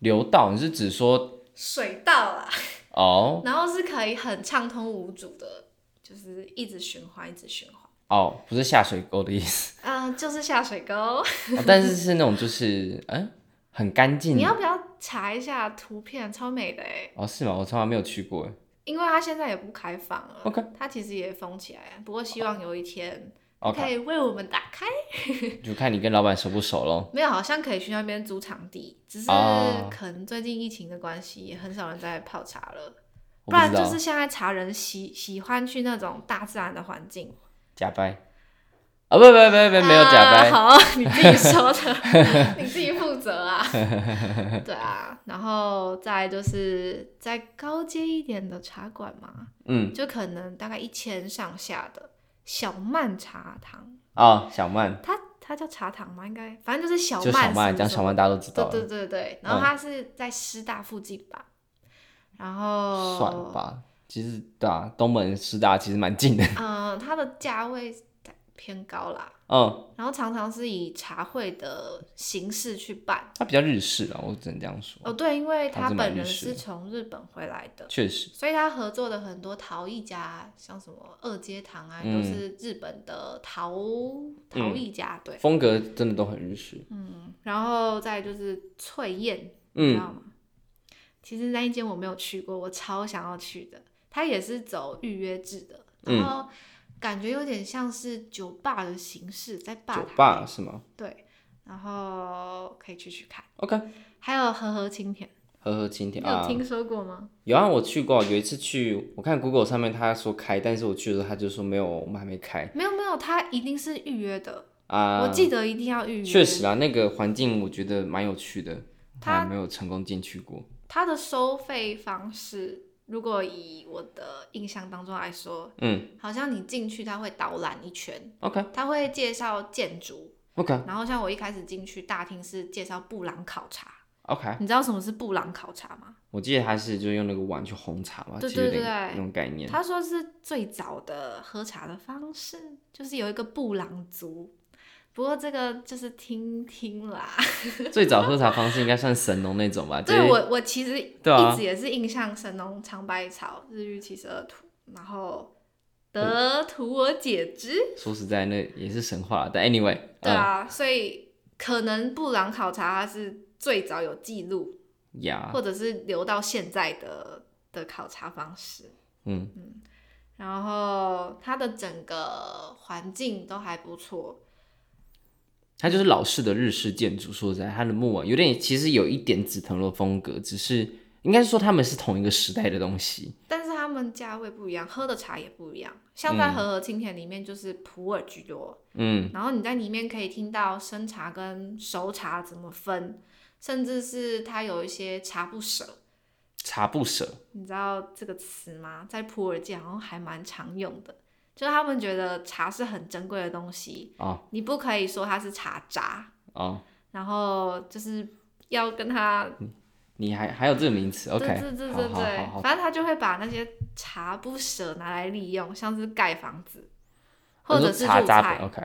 A: 流道，你是指说
B: 水道啦，
A: 哦
B: 然后是可以很畅通无阻的，就是一直循环，一直循环。
A: 哦，不是下水沟的意思，
B: 嗯，就是下水沟。
A: 哦但是是那种就是嗯很干净
B: 你要
A: 的。
B: 不要查一下图片？超美的哎，
A: 哦，是吗？我从来没有去过。
B: 因为它现在也不开放了。
A: OK 哦
B: 它其实也封起来，不过希望有一天可
A: OK，
B: 以为我们打开。
A: 就看你跟老板熟不熟喽。
B: 没有，好像可以去那边租场地，只是
A: 哦
B: 可能最近疫情的关系，也很少人在泡茶了。
A: 我
B: 不
A: 不
B: 然
A: 知
B: 就
A: 道，
B: 是现在茶人喜喜欢去那种大自然的环境，
A: 假掰。啊、不不不不，没有假掰。
B: 啊好，你自己说的， *laughs* 你自己负责啊。对啊，然后再来就是再高阶一点的茶馆嘛，
A: 嗯
B: 就可能大概一千上下的小曼茶堂，
A: 啊、小曼
B: 它它叫茶堂吗？应该反正就是小
A: 就
B: 曼
A: 小曼，讲小曼大家都知
B: 对
A: 道嗯
B: 对
A: 了，
B: 对对，然后它是在师大附近吧，然后
A: 算了吧。其实对啊，东门师大其实蛮近的。
B: 嗯、它的价位偏高啦，
A: 嗯，
B: 然后常常是以茶会的形式去办。
A: 它比较日式啊，我只能这样说。
B: 哦，对，因为
A: 还
B: 他
A: 是蛮
B: 本人
A: 日式
B: 是
A: 的
B: 从日本回来的，
A: 确实，
B: 所以他合作的很多陶艺家，像什么二阶堂啊，
A: 嗯
B: 都是日本的陶陶艺家。对，
A: 风格真的都很日式。
B: 嗯，然后再就是翠燕，你知
A: 嗯
B: 道吗？其实那一间我没有去过，我超想要去的。它也是走预约制的，
A: 嗯
B: 然后感觉有点像是酒吧的形式，在吧
A: 酒
B: 台
A: 吧是吗
B: 对，然后可以去去看。
A: ？OK，
B: 还有和和青田，
A: 呵呵，今
B: 你
A: 天
B: 有
A: 啊，
B: 听说过吗？
A: 有啊，我去过，有一次去，我看 Google 上面他说开，但是我去的时候他就说没有，我们还没开
B: 没有没有，它一定是预约的，
A: 哎啊。
B: 我记得一定要预约。
A: 确实，啊，那个环境我觉得蛮有趣的，
B: 它
A: 还没有成功进去过。
B: 它的收费方式，如果以我的印象当中来说，
A: 嗯
B: 好像你进去它会导览一圈，
A: ，OK
B: 它会介绍建筑，
A: OK
B: 然后像我一开始进去大厅是介绍布朗烤茶，
A: OK，
B: 你知道什么是布朗烤茶吗？
A: 我记得他是就用那个碗去烘茶嘛，
B: 对
A: 其实有
B: 对
A: 点
B: 对
A: 那种概念。
B: 他说是最早的喝茶的方式，就是有一个布朗族。不过这个就是听听啦，
A: 最早喝茶方式应该算神农那
B: *laughs*
A: 种吧？就
B: 对
A: 是
B: 我我其实
A: 对啊
B: 一直也是印象神农尝百草，日遇七十二图，然后得图我解之，
A: 说实在，那也是神话。但 anyway，
B: 对
A: 嗯
B: 啊，所以可能布朗考察它是最早有记录，
A: 嗯呀，
B: 或者是留到现在的的考察方式。
A: 嗯
B: 然后它的整个环境都还不错，
A: 它就是老式的日式建筑，说实在，它的木啊碗有点，其实有一点紫藤萝风格，只是应该是说他们是同一个时代的东西。
B: 但是他们价位不一样，喝的茶也不一样。像在
A: 嗯
B: 和和青田里面就是普洱居多，
A: 嗯
B: 然后你在里面可以听到生茶跟熟茶怎么分，甚至是它有一些茶不舍，
A: 茶不舍，
B: 你知道这个词吗？在普洱界好像还蛮常用的，就是他们觉得茶是很珍贵的东西，
A: 哦
B: 你不可以说它是茶渣，
A: 哦，
B: 然后就是要跟它
A: 你还还有这个名词，OK，
B: 对对对对
A: 好好
B: 对
A: 好，好
B: 反正他就会把那些茶不舍拿来利用，像是盖房子，或
A: 哦你
B: 者
A: 说
B: 是
A: 茶
B: 入
A: 渣
B: 菜
A: 不。，OK，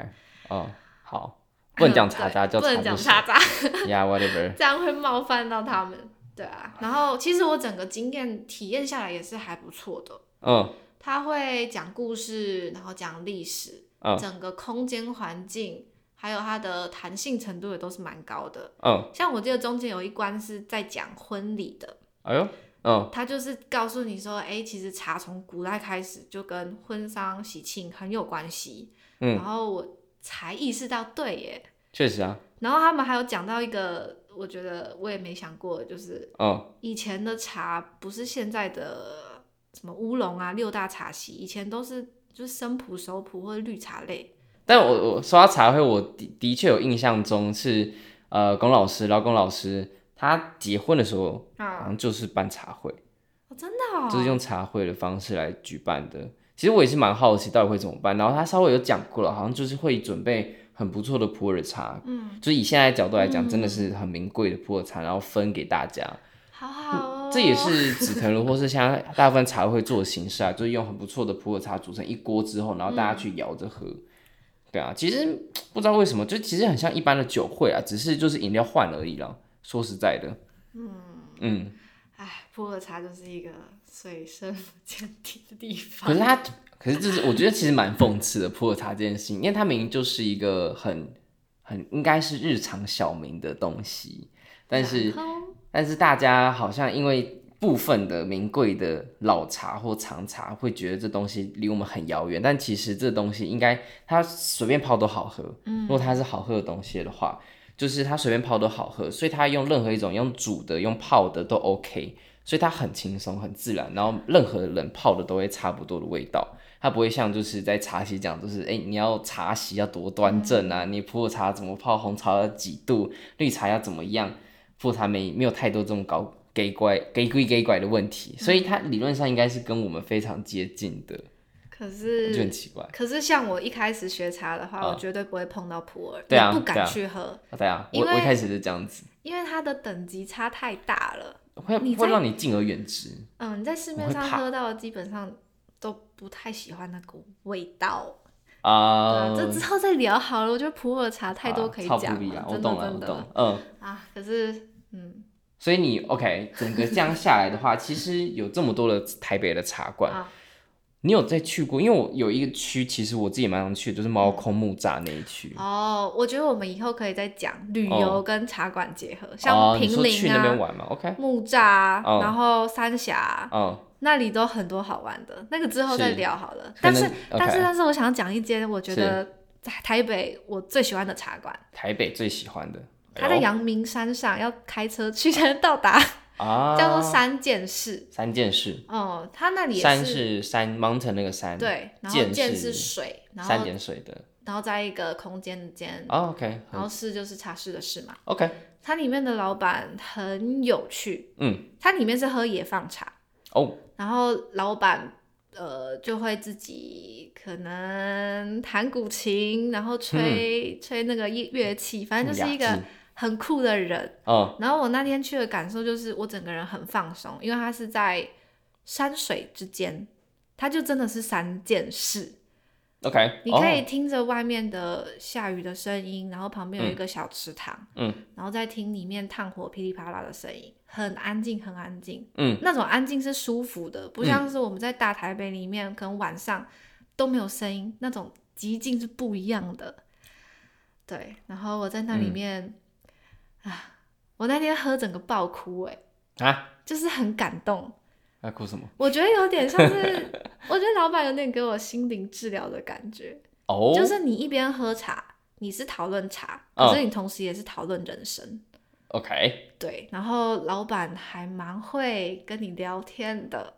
A: 哦，好，
B: *laughs*
A: 不能讲茶渣，
B: 对
A: 叫
B: 不能
A: 茶
B: 讲
A: 不
B: 茶渣， *laughs*
A: ，Yeah，whatever，
B: 这样会冒犯到他们。对啊，然后其实我整个经验体验下来也是还不错的。
A: 嗯
B: 他会讲故事，然后讲历史，
A: 嗯
B: 整个空间环境，还有它的弹性程度也都是蛮高的。
A: 嗯，
B: 像我记得中间有一关是在讲婚礼的，
A: 哎呦，嗯
B: 他就是告诉你说，哎、其实茶从古代开始就跟婚丧喜庆很有关系。然
A: 嗯，
B: 后我才意识到，对耶。
A: 确实啊，
B: 然后他们还有讲到一个，我觉得我也没想过，就是
A: 嗯
B: 以前的茶不是现在的什么乌龙啊、六大茶席，以前都是就是生普、熟普或者绿茶类。
A: 但我我说到茶会，我的的确有印象中是，呃，龚老师，劳龚老师，他结婚的时候好
B: 啊、
A: 像就是办茶会，
B: 哦，真的、哦，
A: 就是用茶会的方式来举办的。其实我也是蛮好奇到底会怎么办，然后他稍微有讲过了，好像就是会准备很不错的普洱茶，
B: 嗯，
A: 就是以现在的角度来讲，
B: 嗯
A: 真的是很名贵的普洱茶，然后分给大家，
B: 好好哦，
A: 嗯这也是紫藤庐或是像大部分茶会做的形式啊，就是用很不错的普洱茶煮成一锅之后，然后大家去摇着喝。对啊，其实不知道为什么，就其实很像一般的酒会啊，只是就是饮料换而已啦。说实在的，嗯
B: 哎，普洱茶就是一个水深不 *laughs* 见底的地方。
A: 可是它，可是这是我觉得其实蛮讽刺的普洱茶这件事情，因为它明明就是一个很很应该是日常小民的东西，但是
B: 然后
A: 但是大家好像因为部分的名贵的老茶或长茶，会觉得这东西离我们很遥远，但其实这东西应该它随便泡都好喝。
B: 嗯
A: 如果它是好喝的东西的话，就是它随便泡都好喝，所以它用任何一种用煮的、用泡的都 OK，所以它很轻松、很自然，然后任何人泡的都会差不多的味道。它不会像就是在茶席讲，就是哎、诶你要茶席要多端正
B: 嗯
A: 啊，你普洱茶怎么泡，红茶要几度，绿茶要怎么样，普洱茶没没有太多这种搞 gay 怪 gay 鬼 gay 怪的问题，
B: 嗯
A: 所以它理论上应该是跟我们非常接近的，
B: 可
A: 就很
B: 是
A: 奇怪。
B: 可是像我一开始学茶的话，
A: 啊
B: 我绝对不会碰到普洱，
A: 对啊
B: 也不
A: 对
B: 敢
A: 啊
B: 去喝，
A: 啊对啊，我
B: 因为
A: 我一开始是这样子，
B: 因为它的等级差太大了。
A: 会
B: 你
A: 会
B: 在
A: 让你敬而远之。
B: 嗯，你在市面
A: 会
B: 上
A: 怕
B: 喝到的基本上都不太喜欢那股味道。对
A: 啊、
B: 啊，这之后再聊好了。我觉得普洱茶太多可以
A: 啊超
B: 讲
A: 不一样
B: 了，
A: 我
B: 真
A: 懂
B: 的
A: 了，我
B: 真
A: 懂
B: 的，
A: 嗯。
B: 啊。可是，嗯
A: 所以你 OK，整个这样下来的话，其实有这么多的台北的茶馆，
B: 啊，
A: 你有再去过？因为我有一个区，其实我自己蛮想去的，就是猫空木栅那一区。
B: 哦，我觉得我们以后可以再讲旅
A: 哦
B: 游跟茶馆结合，
A: 哦
B: 像
A: 你
B: 平
A: 说去
B: 陵
A: 那边
B: 啊、
A: 玩嘛？OK，
B: 木栅啊
A: 哦，
B: 然后三峡啊
A: 嗯，
B: 那里都很多好玩的，那个之后再
A: 是
B: 聊好了。但是
A: 可，能
B: 但是，
A: OK
B: 但是，我想讲一间我觉得在台北我最喜欢的茶馆，
A: 台北最喜欢的，哎
B: 它在阳明山上，要开车去才能到达，
A: 啊，
B: 叫做三件事。
A: 三件事，
B: 哦，它那里也
A: 山是山 mountain 那个山，，
B: 对，然后
A: 见
B: 见
A: 是
B: 是水，然
A: 三
B: 后
A: 点水的。
B: 然后在一个空间的间，
A: 哦 OK，
B: 然
A: 很
B: 后室就是茶室的室嘛。
A: OK，
B: 它里面的老板很有趣，
A: 嗯，
B: 它里面是喝野放茶，
A: 哦，
B: 然后老板呃就会自己可能弹古琴，然后吹、吹那个乐乐器，反正就是一
A: 嗯雅
B: 个
A: 致
B: 很酷的人。
A: 哦，
B: 然后我那天去的感受就是，我整个人很放松，因为它是在山水之间，它就真的是三件事。
A: OK，哦
B: 你可以听着外面的下雨的声音，然后旁边有一个小池塘，
A: 嗯，
B: 然后再听里面炭火噼里啪啦的声音，很安静，很安静。
A: 嗯，
B: 那种安静是舒服的，不像是我们在大台北里面，可能晚上都没有声音，那种极静是不一样的。对，然后我在那里面，啊，我那天喝整个爆哭、欸，
A: 哦啊，
B: 就是很感动。
A: 在哭什么？
B: 我觉得有点像是，我觉得老板有点给我心灵治疗的感觉。
A: 哦，
B: 就是你一边喝茶，你是讨论茶，
A: 嗯
B: 可是你同时也是讨论人生。
A: OK，
B: 对，然后老板还蛮会跟你聊天的。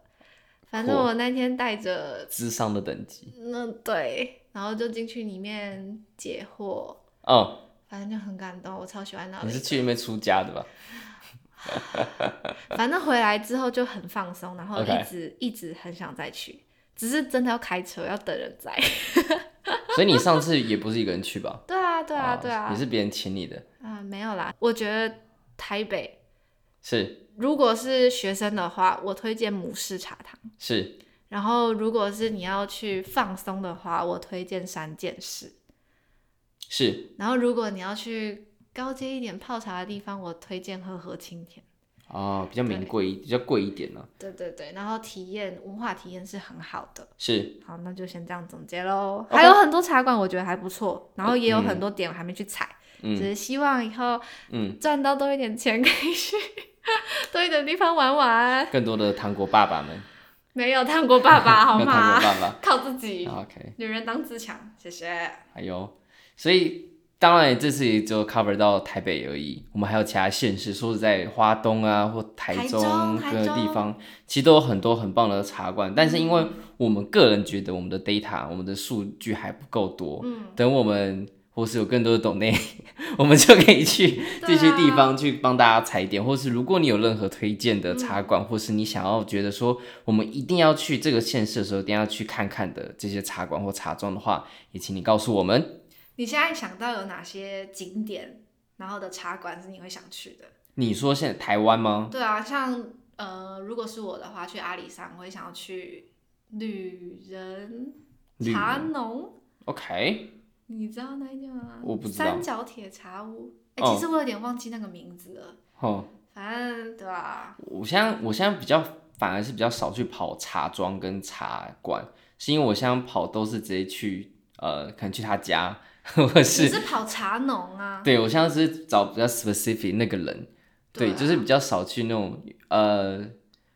B: 反正
A: 酷
B: 我那天带着，
A: 智商的等级，
B: 那对，然后就进去里面解惑，
A: 哦，
B: 反正就很感动，我超喜欢那
A: 你是
B: 里。
A: 去那边出家的吧？ *laughs*
B: 反正回来之后就很放松，然后一
A: OK
B: 直一直很想再去，只是真的要开车，要等人在。 *laughs*
A: 所以你上次也不是一个人去吧？
B: 对啊，对啊，
A: 哦
B: 对啊
A: 也。是别人请你的，
B: 啊、没有啦，我觉得台北
A: 是
B: 如果是学生的话，我推荐母氏茶堂。
A: 是
B: 然后如果是你要去放松的话，我推荐山见市。
A: 是
B: 然后如果你要去高阶一点泡茶的地方，我推荐喝和青田。
A: 哦，比较名
B: 对
A: 贵一，比较贵一点呢、
B: 对对对，然后体验文化体验是很好的。
A: 是
B: 好，那就先这样总结喽。
A: OK
B: 还有很多茶馆我觉得还不错，然后也有很
A: 嗯
B: 多点我还没去踩，只
A: 嗯
B: 是希望以后
A: 嗯，
B: 赚到多一点钱，可以去 *laughs* 多一点地方玩玩。
A: 更多的糖果爸爸们，
B: 没有糖果爸爸好
A: 没有糖
B: 吗
A: 果？爸爸 *laughs*
B: 靠自己，
A: ，OK，
B: 女人当自强，谢谢。
A: 还有，所以当然这次也只有 cover 到台北而已，我们还有其他县市，说实在，花东啊或台
B: 台
A: 中
B: 中
A: 各
B: 台
A: 个地
B: 中嗯
A: 方，其实都有很多很棒的茶馆，但是因为我们个人觉得我们的 data 我们的数据还不够多，
B: 嗯，
A: 等我们。或是有更多的懂内， *laughs* 我们就可以去这些地方去帮大家踩点，或是如果你有任何推荐的茶馆，或是你想要觉得说我们一定要去这个县市的时候，一定要去看看的这些茶馆或茶庄的话，也请你告诉我们。
B: 你现在想到有哪些景点，然后的茶馆是你会想去的？
A: 你说现在台湾吗？
B: 对啊，像呃，如果是我的话，去阿里山，我会想要去旅人
A: 旅人
B: 茶农，
A: ？OK，
B: 你知道那一间吗？
A: 我不知道
B: 三角铁茶屋，哎、
A: 哦
B: 其实我有点忘记那个名字了，
A: 哦，
B: 反正对啊吧、
A: 我现在我现在比较反而是比较少去跑茶庄跟茶馆，是因为我现在跑都是直接去呃，可能去他家， *laughs* 或者
B: 你
A: 是
B: 是跑茶农啊？
A: 对我现在是找比较 specific 那个人，对，
B: 对啊
A: 就是比较少去那种呃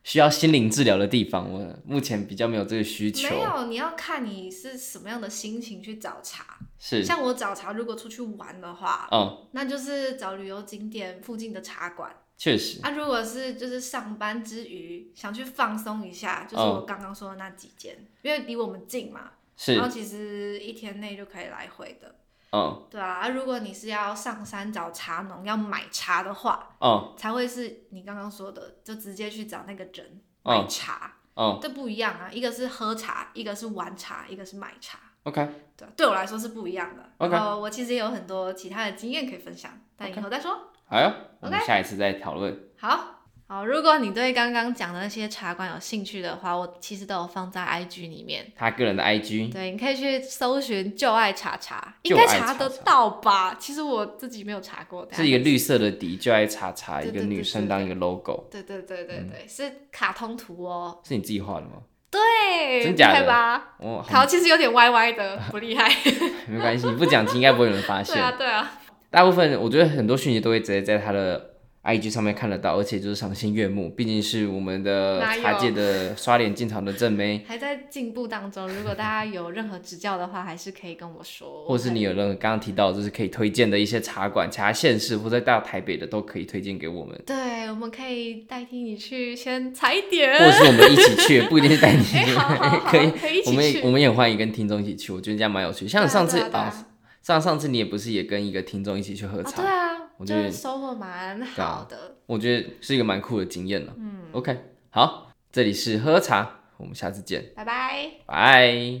A: 需要心灵治疗的地方，我目前比较没有这个需求，
B: 没有，你要看你是什么样的心情去找茶。
A: 是，
B: 像我找茶，如果出去玩的话，
A: 嗯，
B: 那就是找旅游景点附近的茶馆。
A: 确实，
B: 啊，如果是就是上班之余想去放松一下，就是
A: 嗯
B: 我刚刚说的那几间，因为离我们近嘛，
A: 是
B: 然后，其实一天内就可以来回的。
A: 嗯
B: 对啊，啊如果你是要上山找茶农要买茶的话，
A: 嗯
B: 才会是你刚刚说的，就直接去找那个人
A: 嗯
B: 买茶，
A: 嗯
B: 这不一样啊。一个是喝茶，一个是玩茶，一个是买茶，
A: ，OK，
B: 对啊、对我来说是不一样的。
A: OK
B: 然后我其实也有很多其他的经验可以分享，但以
A: OK
B: 后再说。
A: 好哟，我们
B: OK
A: 下一次再讨论。
B: 好好，如果你对刚刚讲的那些茶馆有兴趣的话，我其实都有放在 IG 里面。
A: 他个人的 IG，
B: 对，你可以去搜寻“就爱茶茶”，
A: 就
B: 应
A: 爱
B: 该
A: 茶茶
B: 查得到吧？其实我自己没有查过。
A: 是一个
B: 等下
A: 绿色的底，就爱查查一
B: 对
A: 个
B: 对对
A: 女生当一个 logo，
B: 对对对对
A: 嗯
B: 对，是卡通图哦。
A: 是你自己画的吗？
B: 对，
A: 真假的
B: 厉害吧？
A: 哦，好
B: 好，其实有点歪歪的，不厉害。
A: *laughs* 没关系，你不讲应该不会有人
B: *laughs*
A: 发
B: 对
A: 现。
B: 啊，对啊，
A: 大部分我觉得很多讯息都会直接在他的 IG 上面看得到，而且就是赏心悦目，毕竟是我们的
B: 哪有
A: 茶界的刷脸进场的正妹，
B: 还在进步当中。如果大家有任何指教的话，还是可以跟我说。
A: 或是你有任何刚刚提到就是可以推荐的一些茶馆、茶县市或者到台北的都可以推荐给我
B: *laughs*
A: 们，
B: 对，我们可以代替你去先踩点。
A: 或者是我们一起
B: *laughs*
A: 去，不一定是 *laughs* 带你去
B: 哎、好好好，，
A: *laughs* 可以。
B: 以一
A: 我
B: 起
A: 们
B: 去
A: 也我们也欢迎跟听众一起去，我觉得这样蛮有趣。像上次
B: 对啊对啊对啊
A: 上上次你也不是也跟一个听众一起去喝
B: 啊，
A: 茶，
B: 对啊，
A: 我
B: 就
A: 觉得
B: 是收获蛮
A: 对啊
B: 好的。
A: 我觉得是一个蛮酷的经验了。
B: 嗯，
A: OK，好，这里是喝茶，我们下次见，
B: 拜拜。
A: 拜。